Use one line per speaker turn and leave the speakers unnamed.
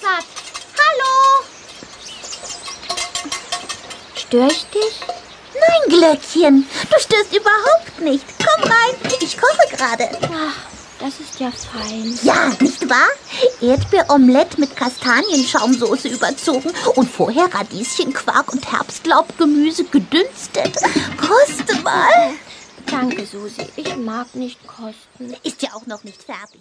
Fahrrad. Hallo. Stör ich dich? Nein, Glöckchen. Du störst überhaupt nicht. Komm rein. Ich koche gerade.
Ach, das ist ja fein.
Ja, nicht wahr? Erdbeeromelett mit Kastanienschaumsoße überzogen und vorher Radieschenquark und Herbstlaubgemüse gedünstet. Koste mal.
Danke, Susi. Ich mag nicht kosten.
Ist ja auch noch nicht fertig.